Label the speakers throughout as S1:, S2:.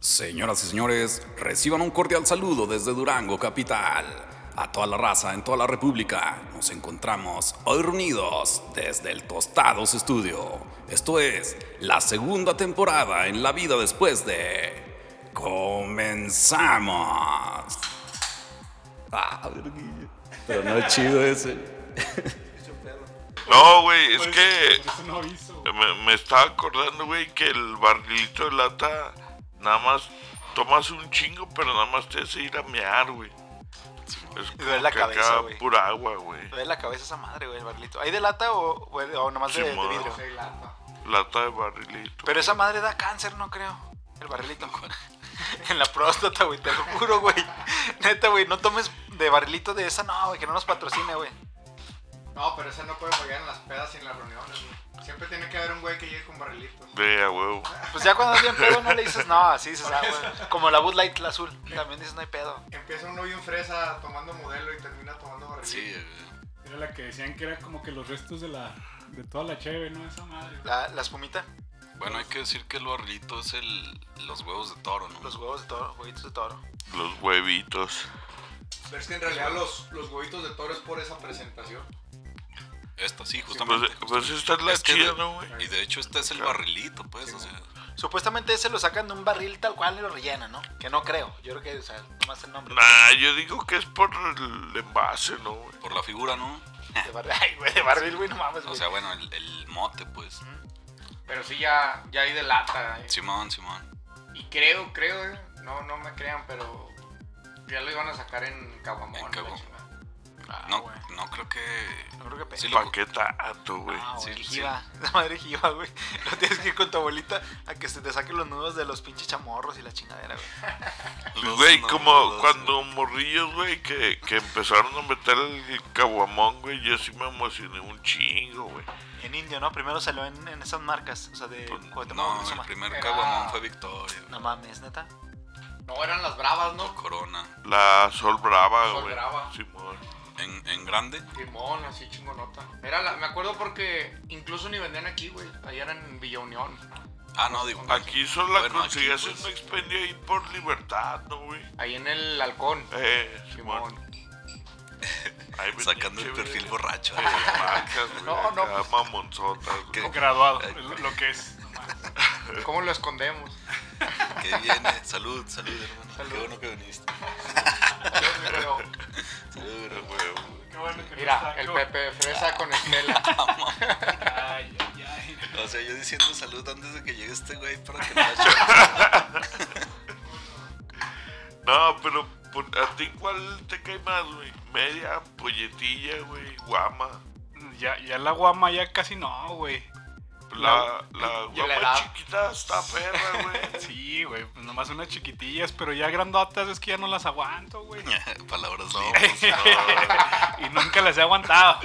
S1: Señoras y señores, reciban un cordial saludo desde Durango, capital. A toda la raza en toda la República, nos encontramos hoy reunidos desde el Tostados Estudio. Esto es la segunda temporada en La Vida Después de... ¡Comenzamos! Ah, verguilla. Pero no es chido ese.
S2: No, güey, es que me, me estaba acordando, güey, que el barrilito de lata nada más tomas un chingo, pero nada más te hace ir a mear, güey. Es
S3: duele la
S2: que
S3: cabeza,
S2: acá
S3: güey.
S2: pura agua, güey.
S3: Me duele la cabeza esa madre, güey, el barrilito. ¿Hay de lata o, o, o nomás de, de
S2: Simón.
S3: vidrio?
S2: Lata de barrilito.
S3: Pero esa madre da cáncer, no creo. El barrilito. en la próstata, güey, te lo juro, güey. Neta, güey, no tomes de barrilito de esa, no, güey, que no nos patrocine, güey.
S4: No, pero esa no puede fallar en las pedas y en las reuniones, güey. Siempre tiene que haber un güey que llegue con barrilito.
S2: Ve a huevo.
S3: Pues ya cuando es bien pedo no le dices, no, así dices, ah, güey. Como la Bud Light la azul, también dices, no hay pedo.
S4: Empieza uno bien fresa tomando modelo y termina tomando barrilito.
S5: Sí, era la que decían que era como que los restos de la de toda la cheve, ¿no? Esa madre. güey.
S3: La, la espumita,
S6: Bueno, hay que decir que el barrilito es el los huevos de toro, ¿no?
S3: los huevos de toro, huevitos de toro.
S2: Los huevitos.
S4: Pero es que en realidad los, los huevitos de toro es por esa presentación.
S6: Esta sí,
S2: Pues,
S6: justamente.
S2: pues esta es la
S6: Es que
S2: chida,
S6: de-
S2: ¿no, güey?
S6: Y de hecho este es el barrilito, pues, o sea,
S3: Supuestamente ese lo sacan de un barril tal cual y lo rellenan, ¿no? Que no creo, yo creo que, o sea, nomás el nombre.
S2: Nah, yo digo que es por el envase, ¿no, güey?
S6: por la figura, ¿no?
S3: De barril, ay, güey, de barril, güey, no mames, güey.
S6: O sea, bueno, el, el mote, pues.
S4: Pero sí, ya, ya hay de lata. eh.
S6: Simón, Simón.
S4: Y creo, creo, eh, no, no me crean, pero ya lo iban a sacar en Caguamón.
S6: En
S4: la
S6: Caguamón.
S4: chingada.
S3: Ah,
S6: No,
S3: güey.
S6: no creo que...
S3: No creo que pe-
S6: Sí lo-
S2: ¿Para qué tanto, güey?
S3: Ah, güey,
S6: sí, sí.
S3: jiba. La madre jiba, güey. No tienes que ir con tu abuelita a que se te saquen los nudos de los pinches chamorros y la chingadera, güey.
S6: los-
S2: Pues, Güey,
S6: no,
S2: como
S6: los-
S2: cuando morrillos, güey, que, que empezaron a meter el caguamón, güey, yo sí me emocioné un chingo, güey.
S3: En indio, ¿no? Primero salió en, en esas marcas, o sea, de Guatemala.
S6: Pues, No, el
S3: Moctezuma.
S6: primer
S4: Era-
S6: caguamón fue Victoria, güey,
S3: No mames, neta.
S4: No, eran las bravas,
S6: por
S4: ¿no?
S6: Corona.
S2: La Sol Brava,
S4: Sol
S2: güey.
S4: Brava.
S2: Simón.
S6: En, en grande,
S4: Limón, así chingonota. Era la, me acuerdo porque incluso ni vendían aquí, güey. Allá eran en Villa Unión.
S6: Ah, no, digo.
S2: Aquí solo la
S6: Bueno, aquí,
S2: conseguías en
S6: pues.
S2: un expendio ahí por libertad, ¿no, güey?
S4: Ahí en el halcón.
S2: Eh, Simón.
S4: Simón.
S2: Ahí vendían
S6: Sacando el
S2: chévere
S6: perfil
S2: de
S6: borracho.
S2: Vacas, güey.
S4: No, no,
S2: acá Mamonzotas, güey.
S6: ¿Qué?
S5: Graduado, es lo- lo que es. no mames.
S4: ¿Cómo lo escondemos?
S6: ¿eh? Que viene. Salud, salud, hermano.
S4: Salud.
S6: Qué bueno que viniste.
S4: Pero,
S6: Salud,
S2: Eh,
S6: hermano.
S2: güey,
S5: Qué bueno que no
S4: mira,
S5: está
S4: el
S5: co-
S4: Pepe de fresa con Estela.
S5: Ay, ay, ay.
S6: O sea, yo diciendo salud antes de que llegue este güey para que no la choque.
S2: No, pero por- ¿a ti cuál te cae más, güey? Media, polletilla, güey, guama.
S5: Ya, ya la guama ya casi no, güey.
S2: La, la
S4: y la
S2: guama
S4: edad.
S2: chiquita está perra, güey.
S5: Sí, güey, pues nomás unas chiquitillas, pero ya grandotas es que ya no las aguanto, güey.
S6: Palabras locas.
S5: y nunca las he aguantado.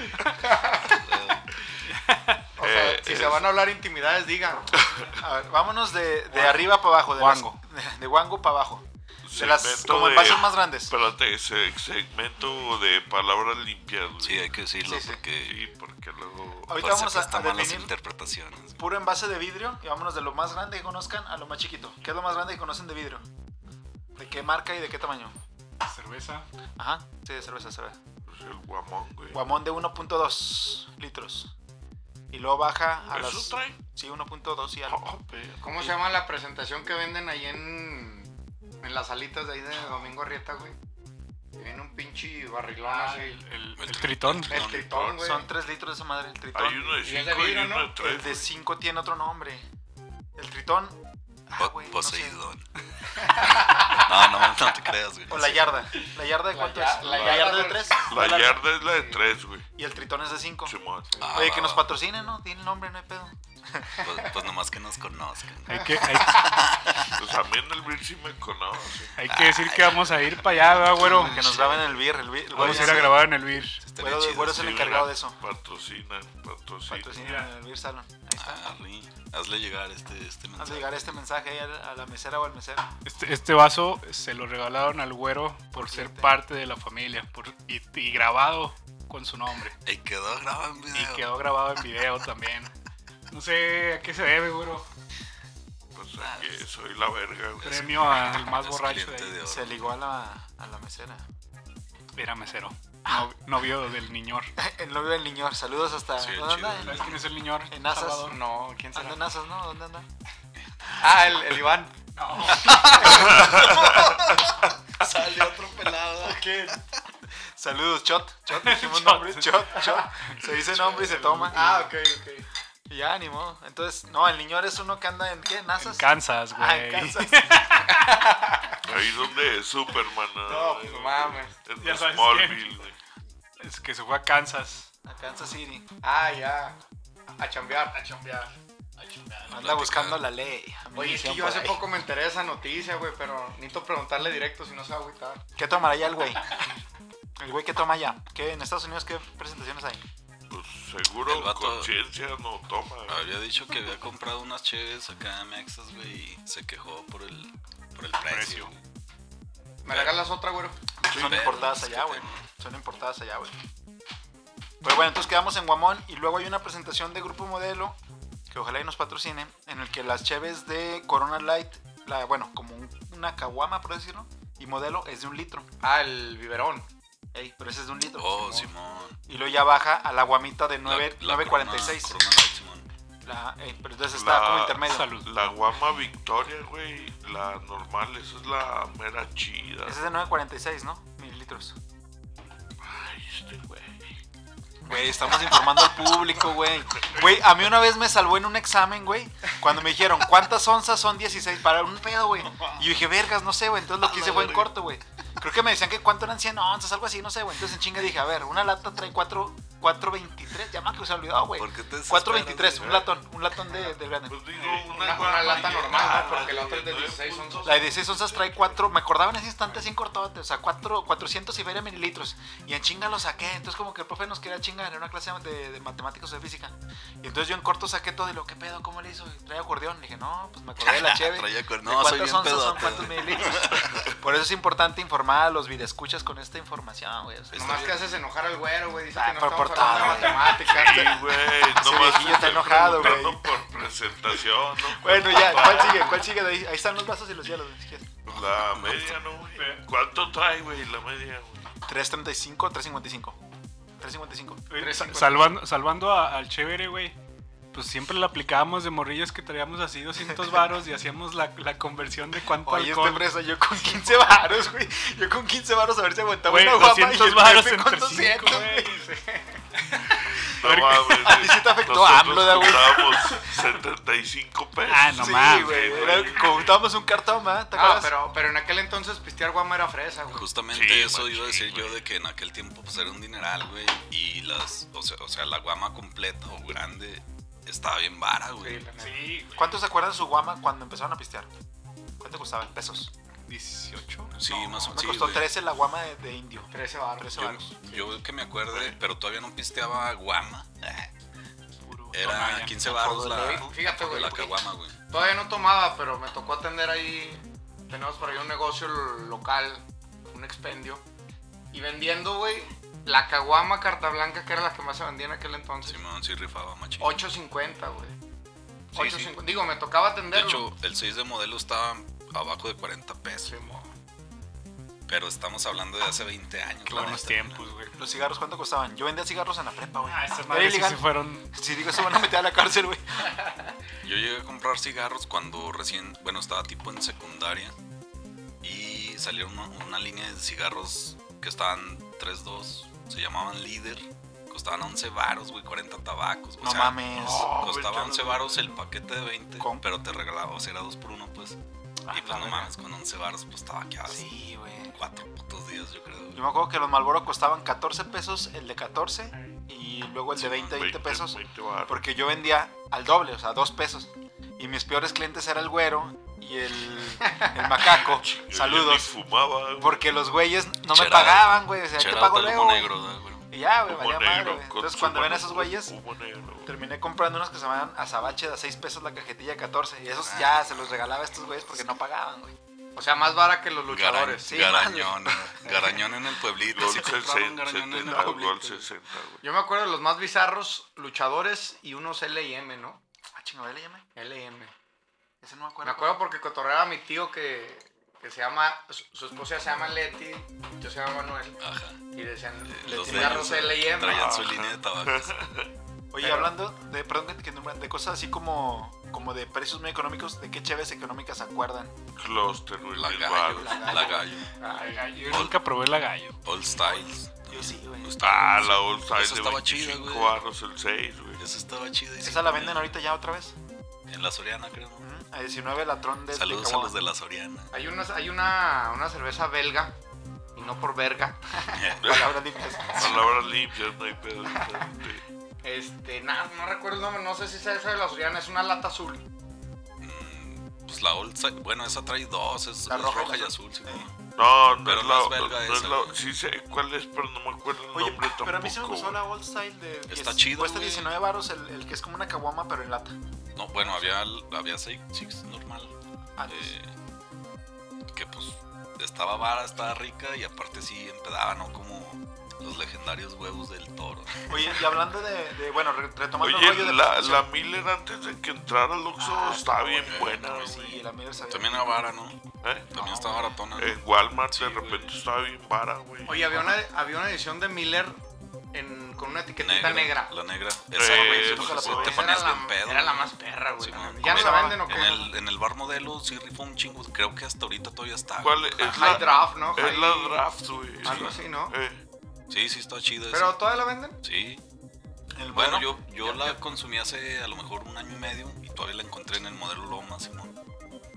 S4: O sea,
S2: Eh,
S4: si
S2: es-
S4: se van a hablar intimidades, digan.
S3: A ver, vámonos de, de arriba para abajo. De
S5: Guango.
S3: las- de- de guango para abajo. De las,
S2: Segmento
S3: como en
S2: de-
S3: vasos más grandes.
S2: Espérate, se- segmento de palabras limpias, güey.
S6: Sí, hay que decirlo
S3: Sí, sí.
S6: porque.
S2: Sí, porque luego...
S3: Ahorita
S6: pues, se
S3: vamos a-
S6: prestan
S3: a
S6: malas
S3: definir-
S6: interpretaciones.
S3: Puro envase de vidrio y vámonos de lo más grande que conozcan a lo más chiquito. ¿Qué es lo más grande que conocen de vidrio? ¿De qué marca y de qué tamaño?
S5: Cerveza.
S3: Ajá, sí, de cerveza, cerveza.
S2: Pues el guamón, güey.
S3: Guamón de 1.2 litros. Y luego baja a
S2: ¿Eso
S3: las.
S2: trae?
S3: Sí, 1.2 y algo.
S2: Oh, perro.
S4: ¿Cómo se llama la presentación que venden ahí en, en las salitas de ahí de Domingo Rieta, güey? Que Viene un pinche barrilón así.
S5: el, el-
S6: El
S5: el tritón.
S4: El tritón, güey.
S3: Son 3 litros de esa madre, el tritón.
S2: Hay uno de
S4: Y es de
S2: 5 y
S4: vidrio,
S2: uno de
S4: ¿no?
S2: 3.
S3: El de 5 tiene otro nombre. El tritón. Ah,
S6: Po-
S3: güey, no sé.
S6: Poseidón. No, no, no te creas, güey.
S3: O la yarda. ¿La yarda de
S4: La
S3: cuánto
S4: ya-
S3: es? La,
S4: la yarda
S3: yarda de
S4: es-
S3: 3.
S2: La yarda es la de 3, güey.
S3: Y el tritón es de 5.
S2: Simón.
S6: Ah,
S3: Oye,
S6: va,
S3: que nos
S6: va.
S3: patrocinen, ¿no? Tiene el nombre, no hay pedo.
S6: Pues, pues nomás que nos conozcan.
S5: Hay que, hay,
S2: Pues a mí en el Bill sí me conoce.
S5: hay que decir que vamos a ir para allá, ¿verdad, güero.
S3: Que nos graben el beer. El beer el
S5: Vamos
S3: güero
S5: a ir a
S3: es-
S5: grabar en el Vir.
S6: Estaría
S3: Güero-
S6: chido,
S3: güero es
S6: sí.
S3: el encargado de eso.
S2: Patrocina, patrocina.
S3: Patrocinen en el beer salón. Ahí está.
S6: Ah, Ri, hazle llegar este, este
S3: Haz
S6: mensaje.
S3: llegar este mensaje ahí a la- a la mesera o al mesero.
S5: Este, este vaso se lo regalaron al güero por ser
S3: Fíjate.
S5: parte de la familia por- y, y grabado con su nombre.
S6: Y quedó grabado en
S5: Y
S6: video.
S5: quedó grabado en video también. No sé a qué se debe, güero.
S2: Pues de que soy la verga, güey.
S5: Premio al más
S6: Es
S5: borracho de
S6: cliente
S5: ahí.
S6: de oro.
S3: Se ligó a la, a la mesera.
S5: Era mesero.
S6: Ah.
S5: No- novio del niñor.
S3: El novio del niñor, saludos hasta.
S6: Sí,
S3: ¿Dónde
S6: chido.
S3: anda?
S5: ¿Sabes quién es el niñor?
S3: En Asas.
S5: Salvador.
S4: No, ¿quién será?
S3: Anda en asas, ¿no? ¿Dónde anda?
S4: Ah, el, el Iván.
S6: Sale otro pelado.
S3: Saludos, Chot. Chot, dijimos nombres. Chot, Chot. Se dice nombre y se toma.
S4: Ah, ok, ok.
S3: Y ya, ni modo. Entonces, no, el niñor es uno que anda en qué? ¿En
S5: En
S3: asas?
S5: Kansas,
S3: Ah, en
S5: güey.
S3: Kansas.
S2: Ahí donde es Superman.
S4: No,
S2: ah,
S4: pues
S2: güey.
S4: mames.
S2: En
S5: Ya sabes
S2: Smallville, güey.
S5: Es que se fue a Kansas.
S3: A Kansas City.
S4: Ah, ya. A chambear. A chambear.
S3: Anda buscando la ley. A mí me
S4: Oye, es que
S3: dijeron
S4: yo
S3: por
S4: hace
S3: ahí.
S4: poco me enteré de esa noticia, güey, pero necesito preguntarle directo si no se va a agüitar.
S3: ¿Qué tomará ya el güey? El güey que toma ya. ¿Qué, ¿En Estados Unidos qué presentaciones hay?
S2: Pues
S6: El
S2: seguro
S6: vato- Ah,
S2: conciencia no toma. güey.
S6: Había dicho que había comprado unas cheves acá en Mexas, güey, y se quejó por el, por el precio. güey.
S4: ¿Me regalas otra, güero?
S3: Son
S6: Pero,
S3: importadas
S6: es que
S3: allá, güey.
S6: tengo.
S3: Son importadas allá, güey. Pero bueno, entonces quedamos en Guamón y luego hay una presentación de Grupo Modelo, que ojalá y nos patrocine, en el que las cheves de Corona Light, la, bueno, como un- una caguama, por decirlo, y Modelo es de un litro.
S4: Ah, el biberón.
S3: Ey, pero ese es de un litro.
S6: Oh,
S3: Simón.
S6: Simón.
S3: Y luego ya baja a la guamita de
S6: La-
S3: nueve-
S6: la
S3: 9.46.
S6: Corona- Corona Light, Simón.
S3: La- ey, pero entonces está
S2: La-
S3: como intermedio.
S5: Salud.
S2: La Guama Victoria, güey. La normal, esa es la mera chida.
S3: Ese es de 9.46, ¿no? Mililitros.
S2: Ay, este güey.
S3: Güey, estamos informando al público, güey. Güey, a mí una vez me salvó en un examen, güey. Cuando me dijeron, ¿cuántas onzas son 16? Para un pedo, güey. Y yo dije, vergas, no sé, güey. Entonces lo que hice fue en corto, güey. Creo que me decían que cuánto eran 100 onzas, algo así, no sé, güey. Entonces en chinga dije, a ver, una lata trae 4, 4.23. Ya más que se ha olvidado, güey.
S6: ¿Por qué te desesperas,
S3: 4.23, un
S6: güey?
S3: latón, un latón de, del grande.
S2: Pues digo, una,
S4: Una,
S2: guama
S4: una lata
S2: y-
S4: normal,
S2: ah,
S4: ¿no? Porque la otra es de
S2: nueve
S4: 16
S2: puntos.
S4: onzas.
S3: La de 16 onzas trae 4, me acordaba en ese instante así en cortote, o sea, 4, 400 y feria mililitros. Y en chinga lo saqué, entonces como que el profe nos quería chingar en una clase de, de matemáticas o de física. Y entonces yo en corto saqué todo y lo, ¿qué pedo? ¿Cómo le hizo? Y trae acordeón. Le dije, no, pues me acordé de la cheve.
S6: Traía cor-
S3: ¿De
S6: no, soy
S3: cuántas
S6: bien
S3: onzas son
S6: pedote,
S3: cuántos
S6: güey.
S3: mililitros? Por eso es importante informar a los videescuchas con esta información, güey. o sea,
S4: Nomás que haces enojar al güero, güey. Dice
S3: Ah,
S4: que no
S3: por-
S4: estamos
S3: por
S4: hablando de
S3: todo, güey.
S2: Sí,
S4: matemáticas.
S2: güey.
S3: Ese
S2: No más
S3: viejillo está enojado, güey.
S2: por presentación, ¿no?
S3: bueno, ya, ¿cuál sigue? ¿Cuál sigue? De ahí, ahí están los vasos y los hielos, güey, si quieres.
S2: Pues, La media, ¿no, güey? ¿Cuánto trae, güey, la media, güey?
S3: 335, 355. 355.
S5: Oye, sa- Salvando, salvando a- al chévere, güey. Pues siempre la aplicábamos de morrillos que traíamos así 200 varos y hacíamos la, la conversión de cuánto
S3: Oye, este
S5: alcohol.
S3: presa, yo con 15 varos, güey. Yo con 15 varos a ver si aguantaba
S5: Güey,
S3: una guapa
S5: 200
S3: y el
S5: varos
S3: jefe
S5: entre
S3: con
S5: cinco,
S3: 200, güey.
S2: No mames.
S3: A ti sí te afectó AMLO, da, güey.
S2: Estábamos 75 pesos.
S5: Ah, no
S3: Sí,
S5: mames.
S3: güey.
S2: güey.
S3: era- Juntábamos un cartón, ¿verdad? ¿Te
S4: Ah,
S3: acuerdas?
S4: pero, pero en aquel entonces pistear guama era fresa, güey.
S6: Justamente
S2: Sí,
S6: eso
S2: machín,
S6: iba a decir yo
S2: güey.
S6: de que en aquel tiempo pues era un dineral, güey. Y las, o sea, o sea, la guama completa o grande estaba bien vara, güey.
S4: Sí, la neta.
S5: Sí, güey.
S3: ¿Cuántos se acuerdan de su guama cuando empezaron a pistear? ¿Cuánto costaba? ¿En pesos?
S5: 18.
S6: Sí, más o
S3: Me
S6: menos.
S3: costó 13 la guama de, de indio.
S4: 13 barros.
S3: 13 varos.
S6: Yo que me acuerde, pero todavía no pisteaba guama.
S3: Puro.
S6: Era
S5: Tonaya.
S6: 15 baros la,
S4: Fíjate, güey.
S6: la
S4: porque
S6: caguama, güey.
S4: Todavía no tomaba, pero me tocó atender ahí. Tenemos por ahí un negocio lo- local, un expendio. Y vendiendo, güey, la caguama carta blanca, que era la que más se vendía en aquel entonces.
S6: Simón sí rifaba, machín.
S4: 8.50, güey.
S6: Sí,
S4: 8.50. Digo, me tocaba
S6: De
S4: atenderlo.
S6: hecho, el 6 de modelo estaba abajo de 40 pesos. Pero estamos hablando de hace 20 años.
S5: Qué
S6: la
S5: buenos
S6: neta,
S5: tiempos,
S6: güey.
S5: Pues, güey.
S3: ¿Los cigarros cuánto costaban? Yo vendía cigarros en la prepa, güey.
S5: Ah, esas
S3: Era
S5: madres sí
S3: ilegal.
S5: se fueron.
S3: Si digo eso, van a meter a la cárcel, güey.
S6: Yo llegué a comprar cigarros cuando recién, bueno, estaba tipo en secundaria. Y salieron una, una línea de cigarros que estaban 3-2. Se llamaban Líder. Costaban 11 varos, güey, 40 tabacos. O
S3: No
S6: sea,
S3: mames.
S6: Costaba 11 varos el paquete de 20,
S3: ¿Cómo?
S6: pero te regalaba, o sea, era 2 por 1 pues.
S3: Ah,
S6: y
S3: la
S6: pues no
S3: verga.
S6: mames, con 11 varos pues estaba que así
S3: Sí, güey.
S6: 4 putos días, yo creo.
S3: Yo me acuerdo que los Malboro costaban 14 pesos, el de 14 y luego el de 20, 20 pesos.
S2: 20 barras.
S3: Porque yo vendía al doble, o sea, 2 pesos. Y mis peores clientes era el güero y el, el macaco.
S2: Yo ya
S3: Saludos.
S2: ni fumaba, güey.
S3: Porque los güeyes no me
S6: Chera-
S3: pagaban, güey. O sea, te
S6: Chera
S3: pago
S6: del
S3: luego.
S6: humo negro, da, güey.
S3: Y ya, güey,
S2: Humo
S3: valía madre.
S2: negro,
S3: güey. Entonces,
S2: consuman
S3: cuando ven a esos
S2: humo-
S3: güeyes,
S2: humo negro.
S3: terminé comprando unos que se llamaban azabache de a 6 pesos la cajetilla 14. Y esos ya se los regalaba a estos güeyes porque no pagaban, güey.
S4: o sea, más vara que los
S6: Gara-
S4: luchadores. sí.
S6: garañón, eh, garañón en el pueblito.
S2: Gol
S6: sí
S2: 60,
S6: compraban garañón en el
S2: 70,
S6: pueblito.
S2: gol 60, güey.
S4: Yo me acuerdo de los más bizarros, luchadores y unos LM, ¿no?
S3: Ah, chingadela, llame.
S4: LM.
S3: Ese no me acuerdo.
S4: Me acuerdo porque cotorreaba a mi tío que, que se llama, su, su esposa se llama Leti, yo se llamo Manuel.
S6: Ajá.
S4: Y decían,
S6: Los
S4: Leti
S6: de
S4: Garros
S6: ellos,
S4: L&M.
S6: Traían su línea de tabacos.
S3: Oye,
S4: Pero-
S3: hablando de, perdón que- que nombran, de cosas así como, como de precios muy económicos, ¿de qué cheves económicas se acuerdan?
S2: Cluster, güey.
S6: La
S2: mil
S6: gallo,
S2: baros.
S6: la gallo.
S4: Ay,
S5: Yo nunca probé la gallo.
S6: Old Styles.
S3: Yo sí, güey.
S6: Old Styles.
S2: Ah, la Old Style
S6: Esa
S2: de
S6: estaba chida,
S2: 25
S6: güey.
S2: barros el 6, güey.
S6: Esa estaba chida. y sí
S3: ¿Esa la
S6: comía.
S3: venden ahorita ya otra vez?
S6: En la Soriana, creo. ¿no?
S3: Ujú, A 19 latrón de este
S6: Saludos a
S3: Caguama.
S6: los de la Soriana.
S4: Hay, unas, hay una, una cerveza belga, y no por verga.
S3: Palabras limpias.
S2: Palabras limpias, no hay pedo. sí.
S4: Este, nada, no recuerdo el nombre, no sé si sea esa de la Soriana, es una lata azul.
S6: Mm, Pues la Old Styles. Bueno, esa trae dos. Es,
S3: La
S6: es
S3: roja y
S6: roja,
S3: la
S6: y azul. sí, ¿no?
S2: No, no
S6: Pero
S2: es
S6: no
S2: la.
S6: es belga
S2: no es
S6: esa,
S2: la-
S6: güey.
S2: sí sé cuál es, pero no me acuerdo el
S3: Oye,
S2: nombre tampoco.
S3: pero a mí se me gustó
S2: güey.
S3: la Old Style de...
S6: Está
S3: 10
S6: chido,
S3: Cuesta
S6: güey.
S3: 19 baros el, el que es como una caguama, pero en lata.
S6: No, bueno, había, había Six, Six normal.
S3: Antes.
S6: eh, que pues estaba vara, estaba rica y aparte sí empedaba, ¿no? Como los legendarios huevos del toro.
S3: pues, Oye, y hablando de... de- bueno, re- retomando el rollo
S2: Oye,
S3: de
S2: la,
S3: producción.
S2: la Miller antes de que entrara al Oxxo
S3: Ah,
S2: estaba bien
S6: güey,
S2: buena,
S6: no,
S2: güey.
S3: Sí, la Miller sabía.
S6: También era vara, ¿no?
S2: ¿Eh?
S6: También
S3: No,
S6: estaba
S3: güey.
S6: baratona. ¿no?
S2: En Walmart de
S6: Sí,
S2: repente
S6: güey.
S2: estaba bien vara, güey.
S4: Oye, había una, había una edición de Miller en- con una etiquetita negra.
S6: La negra.
S2: Eh,
S6: güey,
S2: esa
S6: pues,
S3: la
S6: sí,
S3: probé.
S6: te
S4: Esa
S6: ponías
S4: era, la,
S6: bien pedo.
S4: era la
S6: güey.
S4: más perra, güey.
S6: Sí,
S4: la
S6: no,
S4: neta. ¿Ya
S6: ¿cómo
S4: no
S6: se
S4: la
S3: llama?
S4: venden o qué?
S6: En el, en el bar modelo sí rifó un chingo. Creo que hasta ahorita todavía está. güey.
S2: ¿Cuál es? Es
S4: High
S2: la,
S4: Draft, ¿no?
S2: es
S4: High-
S2: la draft, güey.
S4: Algo así, ¿no?
S2: Eh,
S6: Sí, sí está chida. esa.
S4: Pero todavía la venden.
S6: Sí.
S3: El
S6: Bueno,
S3: modelo.
S6: yo, yo la consumí hace a lo mejor un año y medio y todavía la encontré en el modelo Loma, Simón.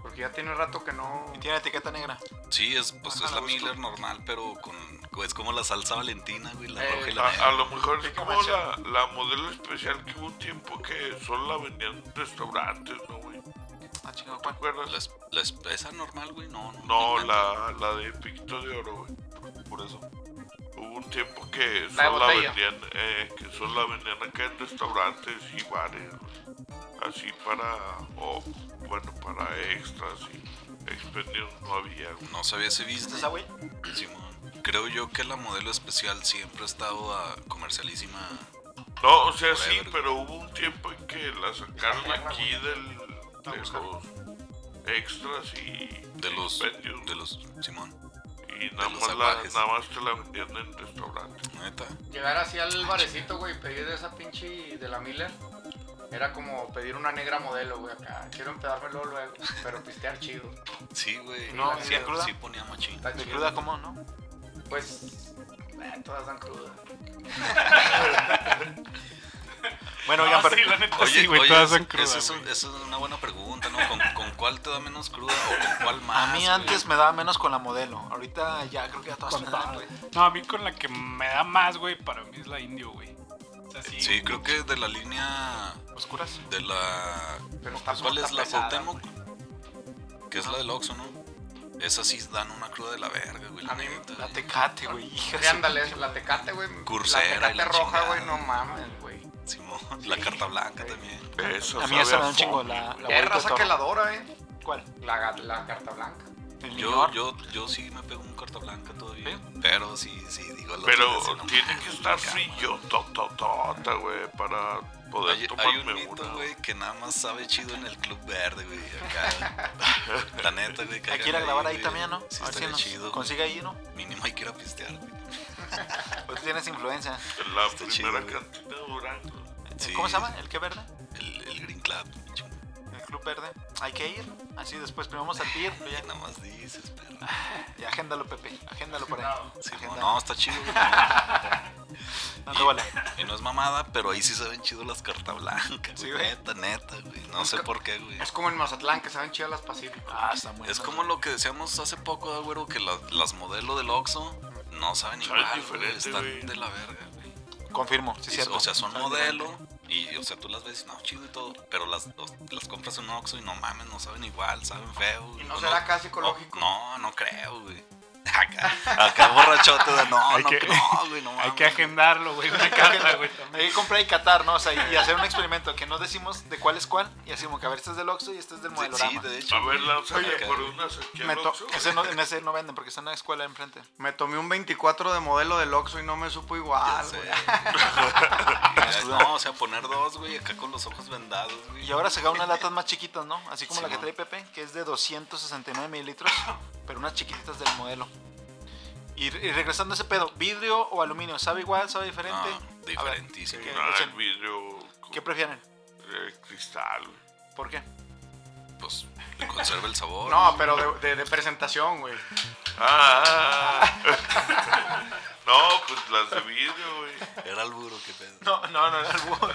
S4: Porque ya tiene rato que no.
S3: Y tiene etiqueta negra.
S6: Sí, es, pues
S3: Ajá,
S6: es
S3: la
S6: la
S3: busco.
S6: Miller normal, pero con es como la salsa valentina, güey, la
S4: Eh,
S6: roja y la
S2: a, a
S6: negra.
S2: lo mejor es
S3: Pica
S2: como la,
S3: manchado.
S2: la modelo especial que hubo un tiempo que solo la vendían en restaurantes, ¿no, güey? ¿Te
S3: Ah, chingado, ¿cuál?
S2: acuerdas?
S6: La, es- la es- esa normal, güey, no, no.
S2: No,
S6: me encanta.
S2: la, la de Picto de Oro, güey. Por eso. Hubo un tiempo que
S4: La de
S2: solo la
S4: botella.
S2: vendían, eh, que solo la vendían acá en restaurantes y bares, güey. Así para, o, bueno, para extras y expendios no había, güey.
S6: No sabía ese business.
S3: ¿Esa, güey?
S6: Simón. Creo yo que la modelo especial siempre ha estado a comercialísima.
S2: No, o sea, sí,
S6: Forever,
S2: pero hubo un tiempo en que la sacaron aquí del, de los extras y
S6: De los.
S2: expendios.
S6: De los. Simón.
S2: y nada,
S6: de los
S2: más la,
S6: salvajes.
S2: nada más te la vendían en restaurantes.
S6: Neta.
S4: Llegar así al barecito, güey, y pedir esa pinche de la Miller. Era como pedir una negra modelo, güey, acá. Quiero empedármelo luego, pero pistear chido.
S6: Sí, güey.
S4: No,
S6: sí,
S3: ¿de cruda?
S6: sí ponía machín.
S4: Está
S3: ¿De
S4: chido.
S3: cruda cómo, no?
S4: Pues. eh, todas dan cruda.
S3: Bueno, oigan, pero...
S5: la neta
S6: Oye,
S5: Pues sí, güey,
S6: oye,
S5: todas son
S6: esa-
S5: crudas.
S6: esa es, un-
S5: güey.
S6: esa es una buena pregunta, ¿no? ¿Con, con cuál te da menos cruda o con cuál
S3: A
S6: más?
S3: mí
S6: güey?
S3: antes me daba menos con la modelo. Ahorita ya creo que ya todas me dan, güey.
S5: No, a mí con la que me da más, güey, para mí es la indio, güey. O sea, sí.
S6: Sí, creo que de la línea.
S3: ¿Oscuras?
S6: De la.
S4: Pero está
S6: ¿Cuál
S4: está
S6: es la
S4: Pues pesada,
S6: Cuauhtémoc?
S4: güey.
S6: Que es la del Oxxo, ¿no? Esas sí dan una cruda de la verga, güey. La
S4: A mí
S6: neta.
S3: La Tecate, güey. Hija
S4: Sí,
S3: de su-
S4: ándale, la tecate, güey.
S6: Cursera
S4: La
S6: y la
S4: tecate roja,
S6: chingada.
S4: güey, no mames, güey.
S6: Simón, la carta blanca también.
S2: Eso
S3: A mí esa
S2: sabe
S3: me da un chingo.
S2: foamy,
S3: La,
S4: Ya hay
S3: la
S4: raza que la adora, eh.
S3: ¿Cuál?
S4: La, ga- la carta blanca.
S3: El
S6: Yo,
S3: Minor.
S6: yo, yo sí me pego un carta blanca todavía. Pero sí, sí, digo la
S2: Pero
S6: otra vez, no
S2: tiene
S6: mames,
S2: que estar
S6: cabrón.
S2: frío, tototota, güey, para poder
S6: Hay, hay un
S2: tomarme
S6: mito,
S2: una.
S6: güey, que nada más sabe chido en el club verde, güey. Acá. la neta, güey.
S3: Hay que
S6: cáiganle
S3: ir a grabar ahí
S6: güey.
S3: también, ¿no?
S6: Sí,
S3: a ver si
S6: estaría
S3: nos
S6: chido. güey.
S3: consigue ahí, ¿no?
S6: Mínimo hay que ir a pistear, güey.
S3: O tú tienes influencia.
S2: La
S6: Está chido,
S2: primera
S6: güey.
S2: cantina de Durango.
S6: Sí,
S3: ¿Cómo se llama? ¿El qué verde?
S6: El, el Green Club. pinche.
S3: El Club Verde. Hay que ir. Así después primero vamos al TIR. luego
S6: Ya nada más dices, perro.
S3: Ya, ya agéndalo, Pepe. Agéndalo Ah, por ahí.
S6: Sí,
S3: Agenda.
S6: no, no, está chido, güey.
S3: No, no vale.
S6: Y no es mamada, pero ahí sí se ven chido las cartas blancas.
S3: Sí,
S6: güey.
S3: güey.
S6: Neta, neta, güey. No sé por qué, güey.
S4: Es como en Mazatlán, que saben chidas las pasivas.
S3: Ah, está muy
S6: Es
S3: bueno.
S6: como lo que decíamos hace poco, ah, güero, que la- las modelo del Oxxo no saben
S2: Saben
S6: igual,
S2: diferente,
S6: güey, están
S2: güey.
S6: de la verga, güey.
S3: Confirmo, sí,
S6: Y-
S3: es cierto.
S6: o sea, son
S3: Está bien.
S6: modelo y, o sea, tú las ves, no, chido y todo, pero las, los- las compras en un Oxxo y pues no mames, no saben igual, saben feo. güey.
S4: ¿Y no
S6: O
S4: será casi ecológico?
S6: No, no creo, güey. acá, acá borrachote de no,
S5: Hay
S6: no,
S5: que-
S6: no, güey, no
S5: Hay
S6: mames.
S5: que agendarlo, güey. Una carta, Ah, güey. también.
S3: Hay que comprar y catar, ¿no? O sea, y hacer un experimento que no decimos de cuál es cuál y hacemos que a ver, este es del Oxxo y este es del
S6: Sí,
S3: Modelorama.
S6: sí, de hecho.
S2: A ver,
S6: güey.
S2: lánzame
S6: Oye,
S2: por unas aquí al
S3: Me to-
S2: Oxxo.
S3: ese no, en ese no venden porque está en una escuela enfrente.
S4: Me tomé un 24 de modelo del Oxxo y no me supo
S6: Ya
S4: igual,
S6: sé.
S4: Ah, güey.
S6: No, o sea, poner dos, güey, acá con los ojos vendados, güey.
S3: Y ahora se unas latas más chiquitas, ¿no? Así como
S6: Sí,
S3: la que
S6: ¿no?
S3: trae Pepe, que es de 269 mililitros, pero unas chiquititas del modelo. Y, y regresando a ese pedo, vidrio o aluminio, ¿sabe igual? ¿Sabe diferente?
S6: No,
S3: A
S6: diferentísimo.
S3: ¿qué-
S2: Ah, el
S3: echen.
S2: vidrio
S3: ver,
S2: con
S3: ¿Qué prefieren?
S2: eh, cristal, güey.
S3: ¿Por qué?
S6: Pues le conserva el sabor.
S4: No, pero de, de- de presentación, güey.
S2: Ah, no, pues las de vidrio, güey.
S6: Era el burro, qué pedo.
S3: No, no, no era el búho.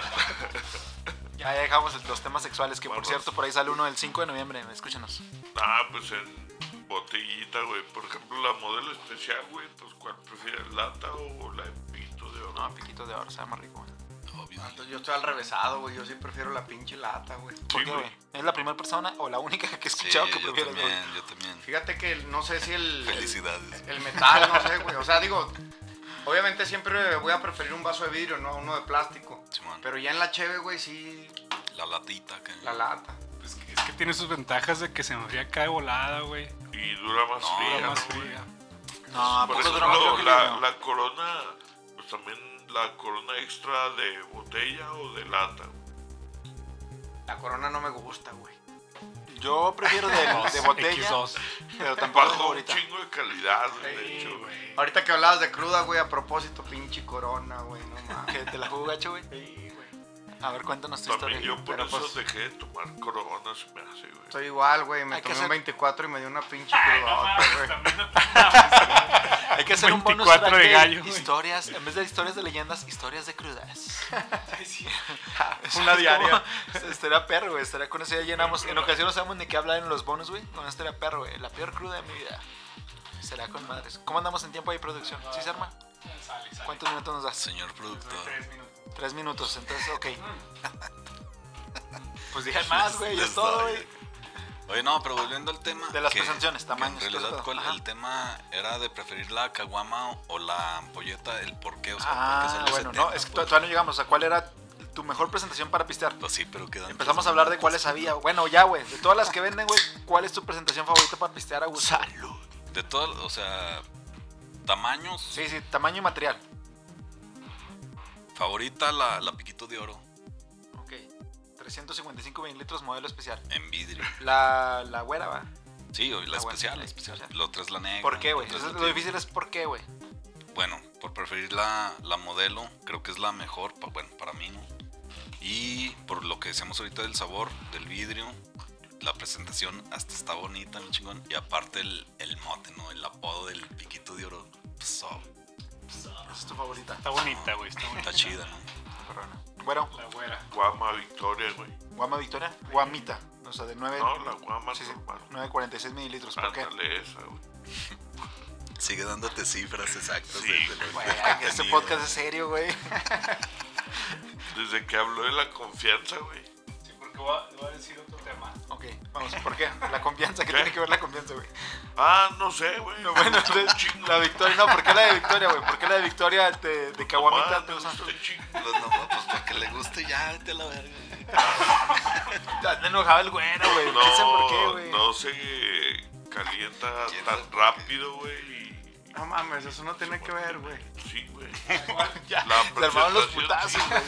S3: ya, ya dejamos los temas sexuales, que por
S2: Vamos.
S3: cierto, por ahí sale uno el 5 de noviembre, escúchenos.
S2: Ah, pues en botellita, güey. Por ejemplo, la modelo especial, güey. Pues cuál prefieres, lata o la de pito de oro.
S6: Ah,
S3: No, piquito de oro, sabe más rico. güey.
S6: Obvio.
S4: Entonces yo estoy al revésado, güey. Yo sí prefiero la pinche lata, güey.
S3: ¿Por
S2: Sí,
S3: qué,
S2: güey.
S3: güey? ¿Es la primera persona o la única que he
S6: Sí,
S3: escuchado que
S6: yo
S3: prefiere el búho?
S6: también, yo también.
S4: Fíjate que el- no sé si el, el,
S6: Felicidades.
S4: el metal, no sé, güey. O sea, digo, obviamente siempre voy a preferir un vaso de vidrio, no uno de plástico.
S6: Simón.
S4: Pero ya en la cheve, güey, sí,
S6: La latita que.
S4: la lata.
S5: Pues que- es que tiene sus ventajas de que se enfría acá de volada, güey.
S2: Y dura más
S6: No,
S2: fría,
S5: Está
S6: dura
S5: más
S2: ¿no, güey?
S5: fría.
S3: Ah, No, pues
S2: Por
S3: ¿a poco
S2: ejemplo,
S3: dura más frío que el
S2: la,
S3: vidrio?
S2: la corona, pues también la corona extra de botella o de lata. güey.
S4: La corona no me gusta, güey.
S3: Yo prefiero de, de botella,
S5: X2.
S3: pero tampoco
S2: Bajó
S3: es mi
S2: un
S3: favorita.
S2: chingo de calidad, güey, de
S4: Sí,
S2: hecho, güey.
S4: güey. Ahorita que hablabas de cruda, güey, a propósito, pinche corona, güey, no mames.
S3: Que te la jugo gacho, güey.
S4: Sí, güey.
S3: A ver, cuéntanos tu
S2: También
S3: historia.
S2: yo por
S4: pero
S2: eso
S4: pues-
S2: dejé de tomar corona, se me hace, güey.
S4: Estoy igual, güey. Me
S3: Hay que
S4: tomé un
S3: hacer-
S4: 24 y me dio una pinche crudota, güey.
S3: Hay que hacer un bonus
S5: 24
S3: track
S5: de gallo, güey.
S3: historias, en vez de historias de leyendas, historias de crudas.
S4: Una
S3: Es
S4: diaria.
S3: como- Estaría perro, güey. Estaría con eso ya llenamos. En ocasiones no sabemos ni qué hablar en los bonus, güey. Con esto era perro, güey. La peor cruda de mi vida. Será con madres. ¿Cómo andamos en tiempo ahí, producción? ¿Sí se arma? ¿Cuántos minutos nos das?
S6: Señor
S5: pues,
S6: productor.
S3: Tres minutos, entonces, ok. Pues dije más, güey.
S6: Les
S3: Es todo,
S6: doy.
S3: güey.
S6: Oye, no, pero volviendo al tema.
S3: De las
S6: que-
S3: presentaciones,
S6: que
S3: tamaños, todo
S6: En realidad,
S3: eso.
S6: ¿cuál-
S3: Ajá.
S6: el tema era de preferir la caguama o la ampolleta, el porqué, o sea, por qué
S3: Ah,
S6: salió ese
S3: bueno,
S6: tema,
S3: no. Es que
S6: pues.
S3: todavía no llegamos a cuál era tu mejor presentación para pistear.
S6: Pues sí, pero quedan.
S3: Empezamos
S6: tres
S3: a hablar de
S6: minutos.
S3: cuáles había. Bueno, ya, güey. De todas las que venden, güey, ¿cuál es tu presentación favorita para pistear a gusto? Salud.
S6: De todas, o sea, tamaños.
S3: Sí, sí, tamaño y material.
S6: Favorita, la, la piquito de oro
S3: Ok. 355 mililitros, modelo especial.
S6: en vidrio.
S3: La, la güera, va.
S6: Sí, o la
S3: Ah, bueno,
S6: especial,
S3: la
S6: la especial.
S3: especial.
S6: Lo tres la negra.
S3: ¿Por qué, güey?
S6: lo tres
S3: Entonces,
S6: la
S3: Lo
S6: tri-
S3: difícil es por qué, güey.
S6: Bueno, por preferir la, la modelo, creo que es la mejor, pa- bueno, para mí, ¿no? Y por lo que decíamos ahorita del sabor, del vidrio, la presentación hasta está bonita, mi chingón. Y aparte el, el mote, ¿no? El apodo del piquito de oro. Pues, oh,
S3: Esa es tu favorita.
S5: Está bonita, güey. Está bonita.
S6: está chida, ¿no?
S3: Corona. Bueno,
S5: La güera.
S2: Guama Victoria, güey.
S3: Guama Victoria. Guamita. O sea, de 9.
S2: No, la guama
S3: Sí, sí.
S2: normal.
S3: 946 mililitros. ¿Por qué? Pues
S2: Ándale esa, güey.
S6: Sigue dándote cifras exactas.
S2: Sí,
S6: de- de lo-
S3: Güey,
S6: del
S3: este
S6: contenido.
S3: podcast es serio, güey.
S2: Desde que habló de la confianza, güey.
S5: Sí, porque voy a, voy a decir otro tema.
S3: Ok, vamos, ¿por qué? La confianza, ¿qué
S2: ¿Qué?
S3: tiene que ver la confianza, güey?
S2: Ah, no sé, güey.
S3: No, bueno,
S2: Me gusta un
S3: entonces,
S2: chingo.
S3: la victoria, no, ¿por qué la de victoria, güey? ¿Por qué la de victoria de, de Caguamita?
S2: Nomás me gusta un chingo.
S6: Pues no, pues para que le guste ya, vete a la verga.
S3: Me enojaba el güero, güey. No sé por qué,
S2: No,
S3: güey.
S2: no se calienta
S6: ¿Quién sabe
S2: tan
S6: por
S2: rápido, güey. y-
S4: No mames, eso no tiene que ver, güey.
S2: Sí, güey.
S3: Ya,
S2: La
S3: se armaron los
S2: presentación, sí.
S3: putazos, güey.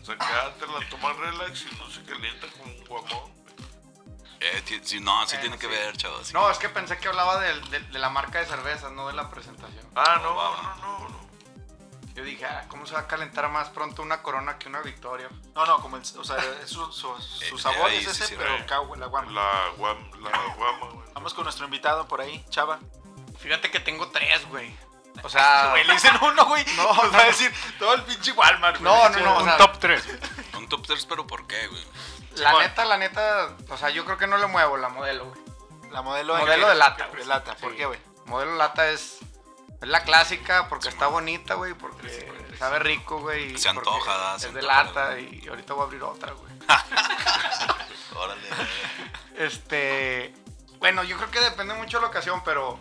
S2: O sea, quédatela, toma relax y no se calienta como un guamón.
S6: Eh, ti- sí, no, sí
S4: Eh,
S6: tiene que
S4: sí.
S6: ver, chavos. sí.
S4: No, es que pensé que hablaba del- del- de, la marca de cervezas, no de la presentación.
S2: Ah,
S6: No,
S2: no,
S6: va,
S2: no, no, no.
S4: Yo dije, ah, ¿cómo se va a calentar más pronto una corona que una victoria? Pues,
S3: No, no, como el, o sea, es su, su, su
S6: Eh,
S3: sabor
S6: ahí
S3: es
S6: sí,
S3: ese,
S6: sí,
S3: pero
S2: güey.
S3: cagua- la guama.
S2: La, guam- la guama, güey.
S3: Vamos con nuestro invitado por ahí, Chava.
S4: Fíjate que tengo tres, güey. O sea,
S3: Güey, le dicen uno, güey.
S4: No,
S3: No, va a
S4: no.
S3: decir todo el pinche Walmart, güey.
S4: No, no, no, o
S5: Un
S4: sea-
S5: top 3.
S6: Un top 3, pero ¿por qué, güey?
S4: la neta, la neta, o sea, yo creo que no le muevo la modelo, güey.
S3: La modelo,
S4: Modelo de lata,
S3: De
S4: güey.
S3: lata, ¿por
S4: Sí.
S3: qué, güey?
S4: Modelo lata es, es la clásica porque está bonita, güey, porque sabe rico, güey. y
S6: Se
S4: porque
S6: antoja, da, se
S4: Es de
S6: antoja,
S4: lata y ahorita voy a abrir otra, güey.
S6: Órale.
S4: Este, Bueno, yo creo que depende mucho de la ocasión, pero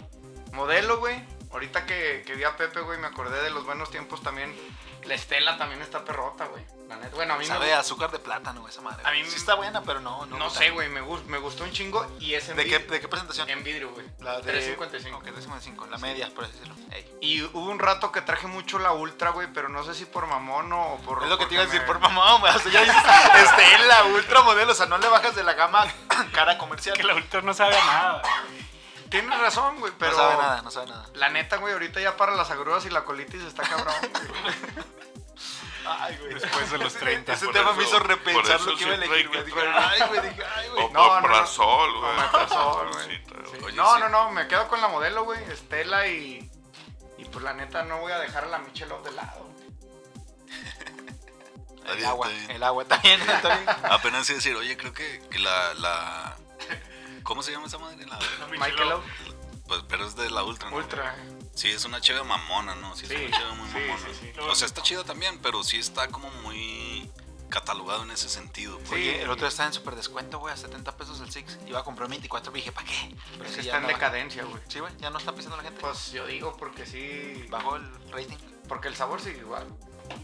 S4: modelo, güey. Ahorita que, que vi a Pepe, güey, me acordé de los buenos tiempos también. La Estela también está perrota, güey. La neta. Bueno, a mí
S3: Sabe
S4: me
S3: a
S4: gusta.
S3: azúcar de plátano, güey, esa madre.
S4: A
S3: güey.
S4: mí
S3: sí
S4: me-
S3: está buena, pero no.
S4: No,
S3: No,
S4: sé, güey, Em, me, gus- me gustó un chingo y es en
S3: ¿De qué,
S4: vidrio.
S3: ¿De qué presentación?
S4: En vidrio, güey.
S3: La de
S4: 355.
S3: Ok, 355, la media, por así decirlo. Ey.
S4: Y hubo un rato que traje mucho la Ultra, güey, pero no sé si por mamón o por...
S3: Es lo que te iba a
S4: porque
S3: decir,
S4: me-
S3: por mamón, güey. O sea, ya dices, Estela, ultramodelo, o sea, no le bajas de la gama cara comercial.
S5: Que la ultra no sabe a nada.
S4: Tienes razón, güey, pero...
S3: No sabe nada, no sabe nada.
S4: La neta, güey, ahorita ya para las agruras y la colitis está cabrón, güey.
S3: Ay, güey.
S5: Después de los 30.
S3: Ese
S2: Por
S3: tema me
S2: eso-
S3: hizo repensar
S2: por
S3: lo
S2: eso
S3: que iba a
S2: siempre hay
S3: elegir, güey.
S2: que
S3: Dije,
S2: traer-
S3: ay, güey, dije, ay, güey.
S4: no, no.
S2: Omeprazol, güey.
S4: Omeprazol, güey.
S2: Solcita, güey.
S6: Oye,
S4: No,
S6: sí.
S4: no, no, me quedo con la modelo, güey, Estela y... Y pues la neta no voy a dejar a la Michelob de lado.
S6: Está
S3: El
S6: bien,
S3: agua,
S6: está bien.
S3: el agua también, está bien.
S6: Apenas iba a decir, oye, creo que, que la, la. ¿Cómo se llama esa madre? La-
S4: Michelob
S6: pues, pero es de la Ultra, ¿no?
S4: Ultra.
S6: Sí, es una cheve mamona, ¿no? Sí,
S4: Sí,
S6: es una cheve muy
S4: sí,
S6: mamona.
S4: sí, sí.
S6: O sea, está chida también, pero sí está como muy catalogado en ese sentido. pues.
S4: Sí.
S3: Oye, el otro día estaba en súper descuento, güey, a 70 pesos el Six. Iba a comprar 24, dije, ¿para qué? Pero
S4: Es
S3: sí,
S4: que
S3: ya
S4: está en
S3: no-
S4: decadencia, güey.
S3: Sí, güey, ya no está pisando la gente.
S4: Pues yo digo porque sí...
S3: Bajó el rating.
S4: Porque el sabor sigue igual.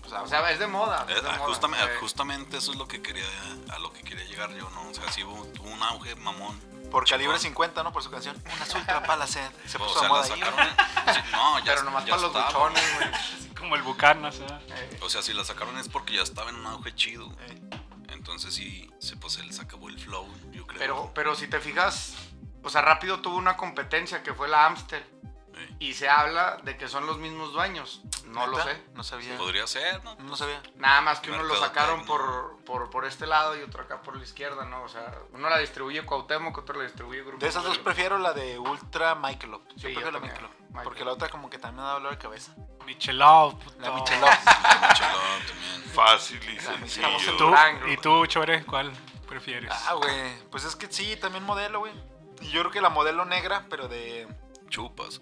S3: Pues,
S4: O sea, es de moda.
S6: Eh,
S4: es de
S6: ah,
S4: moda,
S6: justam- ah,
S4: eh.
S6: justamente eso es lo que quería a lo que quería llegar yo, ¿no? O sea, sí hubo tuvo un auge mamón.
S3: por calibre
S6: chingón.
S3: 50, ¿no? Por su canción. Una ultra para la sed. Se
S6: o
S3: puso de
S6: sea,
S3: moda
S6: la
S3: ahí.
S6: sacaron.
S3: güey.
S6: sí, no, ya,
S4: Pero nomás
S6: ya
S4: para los
S6: estaba.
S4: buchones, güey.
S5: Como el Bucanas, ¿verdad?
S4: Eh,
S6: O sea, si la sacaron es porque ya estaba en un auge chido.
S3: Eh.
S6: Entonces sí, se, pues se les acabó el flow, yo creo.
S4: Pero, pero si te fijas, o sea, rápido tuvo una competencia que fue la Amstel.
S6: Sí.
S4: Y se habla de que son los mismos dueños. No lo
S3: ¿Neta?
S4: sé.
S3: No sabía.
S6: Podría ser, ¿no?
S3: No sabía.
S4: Nada más que uno lo
S6: Mercado
S4: sacaron
S6: técnico.
S4: por, por, por este lado y otro acá por la izquierda, ¿no? O sea, uno la distribuye Cuauhtémoc, otro la distribuye Grupo.
S3: De esas dos
S4: Modelo.
S3: prefiero la de Ultra Michelob. Yo
S4: Sí,
S3: prefiero
S4: yo
S3: la
S4: también,
S3: Michelob.
S4: Michelob.
S3: Porque la otra como que también me da dolor de cabeza.
S5: Michelob, puto.
S3: La Michelob.
S6: Michelada también.
S2: Fácil y
S3: Estamos
S5: ¿Y
S2: sencillo.
S5: tú,
S4: Durango,
S5: ¿Y tú, Chore, cuál prefieres?
S3: Ah, güey. Pues es que sí, también modelo, güey. Y yo creo que la modelo negra, pero de
S6: Chupas.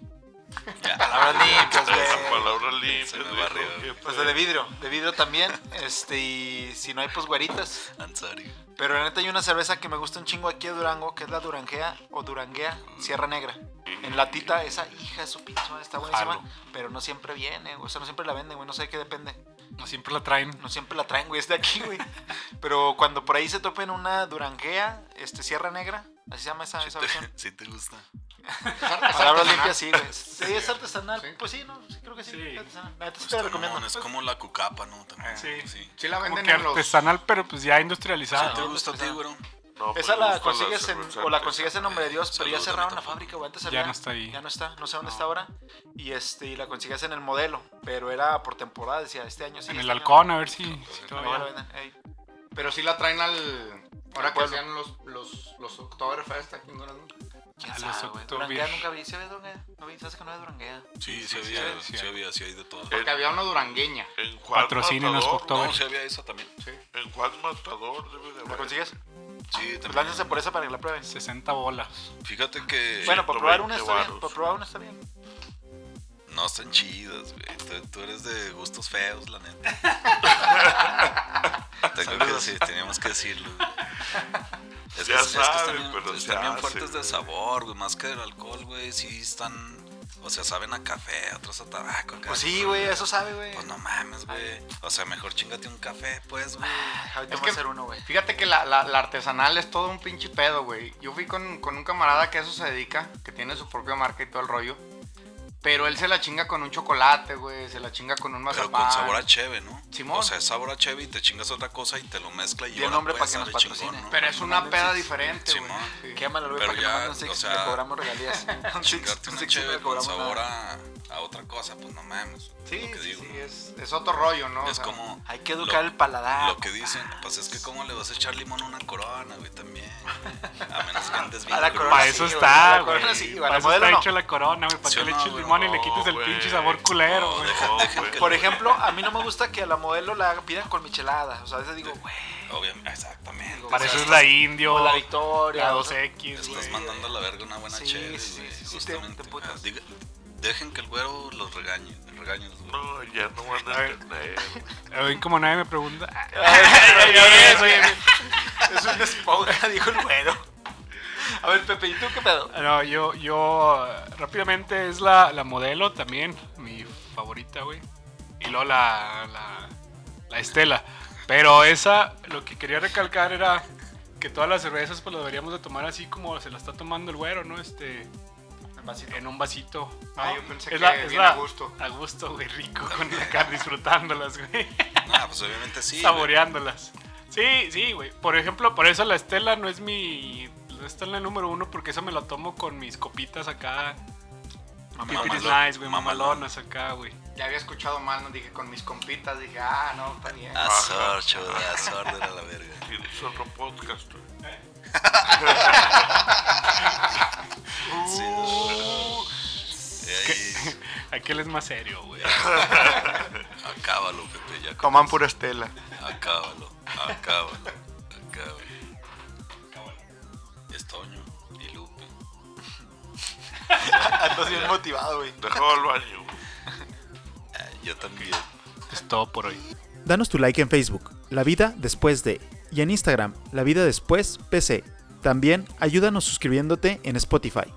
S3: palabras limpias,
S2: Las
S3: güey.
S2: palabras limpias,
S6: Se me
S2: viejo,
S6: barrió.
S2: qué
S3: O sea, pues de vidrio. De vidrio también. Este, y si no hay, pues güeritas.
S6: Ansari.
S3: Pero la neta hay una cerveza que me gusta un chingo aquí de Durango, que es la Durangea o Duranguea Sierra Negra. En latita, esa hija de su pinche madre está buenísima.
S5: Jalo.
S3: Pero no siempre viene, o sea, no siempre la venden, güey. No sé de qué depende.
S5: No siempre Pues la traen.
S3: No siempre la traen, güey, es de aquí, güey. Pero cuando por ahí se topen una Durangea, este, Sierra Negra, así se llama esa, esa versión.
S6: Sí te gusta.
S3: Palabras limpias, sí, güey. Sí, es artesanal.
S4: Sí.
S3: Pues sí, no, sí, creo que sí.
S5: Sí.
S3: es artesanal. La neta sí te
S6: Está
S3: la recomiendo. Pues-
S6: mamón, Es como la cucapa, ¿no? También.
S5: Sí.
S6: sí.
S4: Sí la
S5: Como
S4: venden
S5: que
S4: en los...
S5: artesanal, pero pues ya
S6: Sí,
S5: industrializada.
S6: te
S5: ¿no?
S6: gusta a ti, güero?
S2: No, pues,
S3: Esa
S2: me
S3: la
S2: gusta
S3: consigues en,
S2: cerveza
S3: o la
S2: artesanal.
S3: consigues en nombre de Dios, pero ya
S6: Saludos,
S3: cerraron la
S6: Damito.
S3: fábrica, güey, antes
S5: Ya
S3: había-
S5: no está ahí.
S3: Ya no está, no sé dónde
S5: No.
S3: está ahora. Y este, y la consigues en el modelo, pero era por temporada, decía, este año sí.
S5: En
S3: este
S5: el
S3: año
S5: halcón, a ver si, si
S3: no. No,
S5: todavía.
S3: la venden, ey.
S4: Pero sí la traen al... Ahora que
S3: pueblo.
S4: sean los, los, los Oktoberfest aquí en Durango.
S3: ¿Quién
S5: A los
S3: sabe, güey?
S5: October.
S3: Duranguea nunca vi, se ve Duranguea, no vi, sabes que no es Duranguea.
S6: Sí, sí
S5: Sí, sí,
S6: había,
S5: sí,
S6: sí
S5: sí.
S6: había, sí hay de todo.
S4: Porque había una durangueña.
S2: En Juan
S5: Patrocínenos,
S2: Matador,
S5: por todo.
S6: No, sí había esa también.
S4: Sí.
S2: ¿no? En Juan Matador debe de
S3: ¿La
S2: haber.
S3: consigues?
S5: Ah,
S6: Sí,
S3: Pues
S6: también.
S3: lánzase por esa para que la prueben.
S5: 60 bolas.
S6: Fíjate que
S3: Bueno, por probar una
S2: 120
S3: está bien,
S2: varos.
S3: por probar una está bien.
S6: no están chidas, güey. Tú, tú eres de gustos feos, la neta. Tengo que decir, teníamos que decirlo. güey. Es
S2: Ya saben,
S6: están, bien-
S2: pero se
S6: están bien
S2: hace,
S6: fuertes de
S2: güey.
S6: sabor, güey. Más que del alcohol, güey. Sí están, o sea, saben a café, otros a tabaco. acá.
S3: Pues sí, güey, eso sabe, güey.
S6: Pues no mames, güey. O sea, mejor chingate un café, pues, güey.
S3: Ah, Ahorita
S4: Es
S3: voy a
S4: que-
S3: hacer uno, güey.
S4: Fíjate que la, la- la artesanal es todo un pinche pedo, güey. Yo fui con, con un camarada que a eso se dedica, que tiene su propia marca y todo el rollo. Pero él se la chinga con un chocolate, güey. Se la chinga con un
S6: Pero
S4: mazapán.
S6: con sabor a cheve, ¿no?
S4: Simón.
S6: O sea, es sabor a cheve y te chingas otra cosa y te lo mezcla y
S3: Y el
S6: ahora
S3: nombre
S6: puede
S3: para que
S6: saber
S3: nos
S6: chingón,
S3: patrocine.
S6: ¿no?
S4: Pero es una peda diferente, güey.
S6: Simón.
S4: Sí.
S3: Quémala, güey,
S6: Pero
S3: para que no
S6: ya,
S3: manden
S6: o
S3: six,
S6: sea,
S3: le cobramos regalías. Un
S6: Chingarte una
S3: un six, no le
S6: cheve con
S3: cobramos
S6: sabor
S3: nada.
S6: a, a otra cosa, pues no mames.
S4: Sí,
S6: lo que
S4: sí,
S6: digo,
S4: sí,
S6: ¿no?
S4: es, es otro rollo, ¿no? O
S6: Es
S4: sea,
S6: como
S3: Hay que educar el paladar.
S6: lo que dicen. Pues es que, ¿cómo le vas a echar limón a una corona, güey? También. A menos que andes bien.
S3: A la
S6: güey.
S3: corona
S5: Para
S3: sí,
S5: eso
S3: güey,
S5: está,
S3: la corona
S5: Ah, güey.
S3: sí, güey,
S5: Para
S3: la
S5: eso está
S3: modelo no.
S5: hecho la corona, güey. Para
S6: Sí
S5: que
S6: o
S5: le
S6: no,
S5: eches
S6: güey,
S5: limón y le
S2: no,
S5: quites el
S2: güey.
S5: pinche sabor culero,
S6: No,
S5: güey.
S6: deja-
S2: No,
S6: deja
S2: güey.
S6: que-
S3: Por ejemplo, a mí no me gusta que a la modelo la pidan con michelada. O sea, a veces digo, güey,
S6: Obviamente, exactamente.
S5: Para
S6: O sea,
S5: eso es
S6: estás-
S5: la Indio,
S3: o la
S5: la,
S3: victoria. o sea,
S5: 2X,
S6: Estás
S5: güey.
S6: mandando a la verga una buena
S3: Sí,
S6: chévere,
S3: sí,
S6: güey,
S3: sí, sí, te- te
S6: justamente.
S3: emputas.
S6: Ah, diga- dejen que el güero los regañe, regañe los güey.
S2: No, ya no van a entender.
S5: A ver, como nadie me pregunta. ah,
S3: Ay, ay, ay, ay, ay, ay, ay. Es un esponja, dijo el güero. A ver, Pepe, ¿y tú qué pedo?
S5: No, yo, yo eh, rápidamente es la, la modelo también, mi favorita, güey. Y luego la, la, la Estela. Pero esa, lo que quería recalcar era que todas las cervezas pues las deberíamos de tomar así como se la está tomando el güero, ¿no? Este, en un vasito.
S4: Ah,
S5: ¿no?
S4: yo pensé que bien a gusto.
S5: A gusto, güey, rico, con la carne, disfrutándolas, güey.
S6: Ah, pues obviamente sí. güey.
S5: saboreándolas. Sí, sí, güey. Por ejemplo, por eso la Estela no es mi. No está en la número uno porque esa me la tomo con mis copitas acá. Pipiris
S6: Mamalón.
S5: nice, güey.
S6: Mamalón.
S5: Mamalonas acá, güey.
S4: Ya había escuchado mal, no dije con mis compitas, dije, ah, no, está bien.
S6: Azor, chavo, de Azor de la verga.
S2: Tienes otro podcast, güey.
S6: Sí, no.
S3: Uh.
S6: Ey,
S5: Aquel es más serio, güey.
S6: acábalo, Pepe, ya.
S4: Toman pura estela.
S6: Acábalo, acábalo, acábalo. Estoño y Lupe.
S3: Andas bien motivado, güey.
S2: Dejaba al baño. güey.
S6: Ah, yo también.
S5: Es todo por hoy.
S7: Danos tu like en Facebook, La Vida Después de, y en Instagram, La Vida Después PC. También ayúdanos suscribiéndote en Spotify.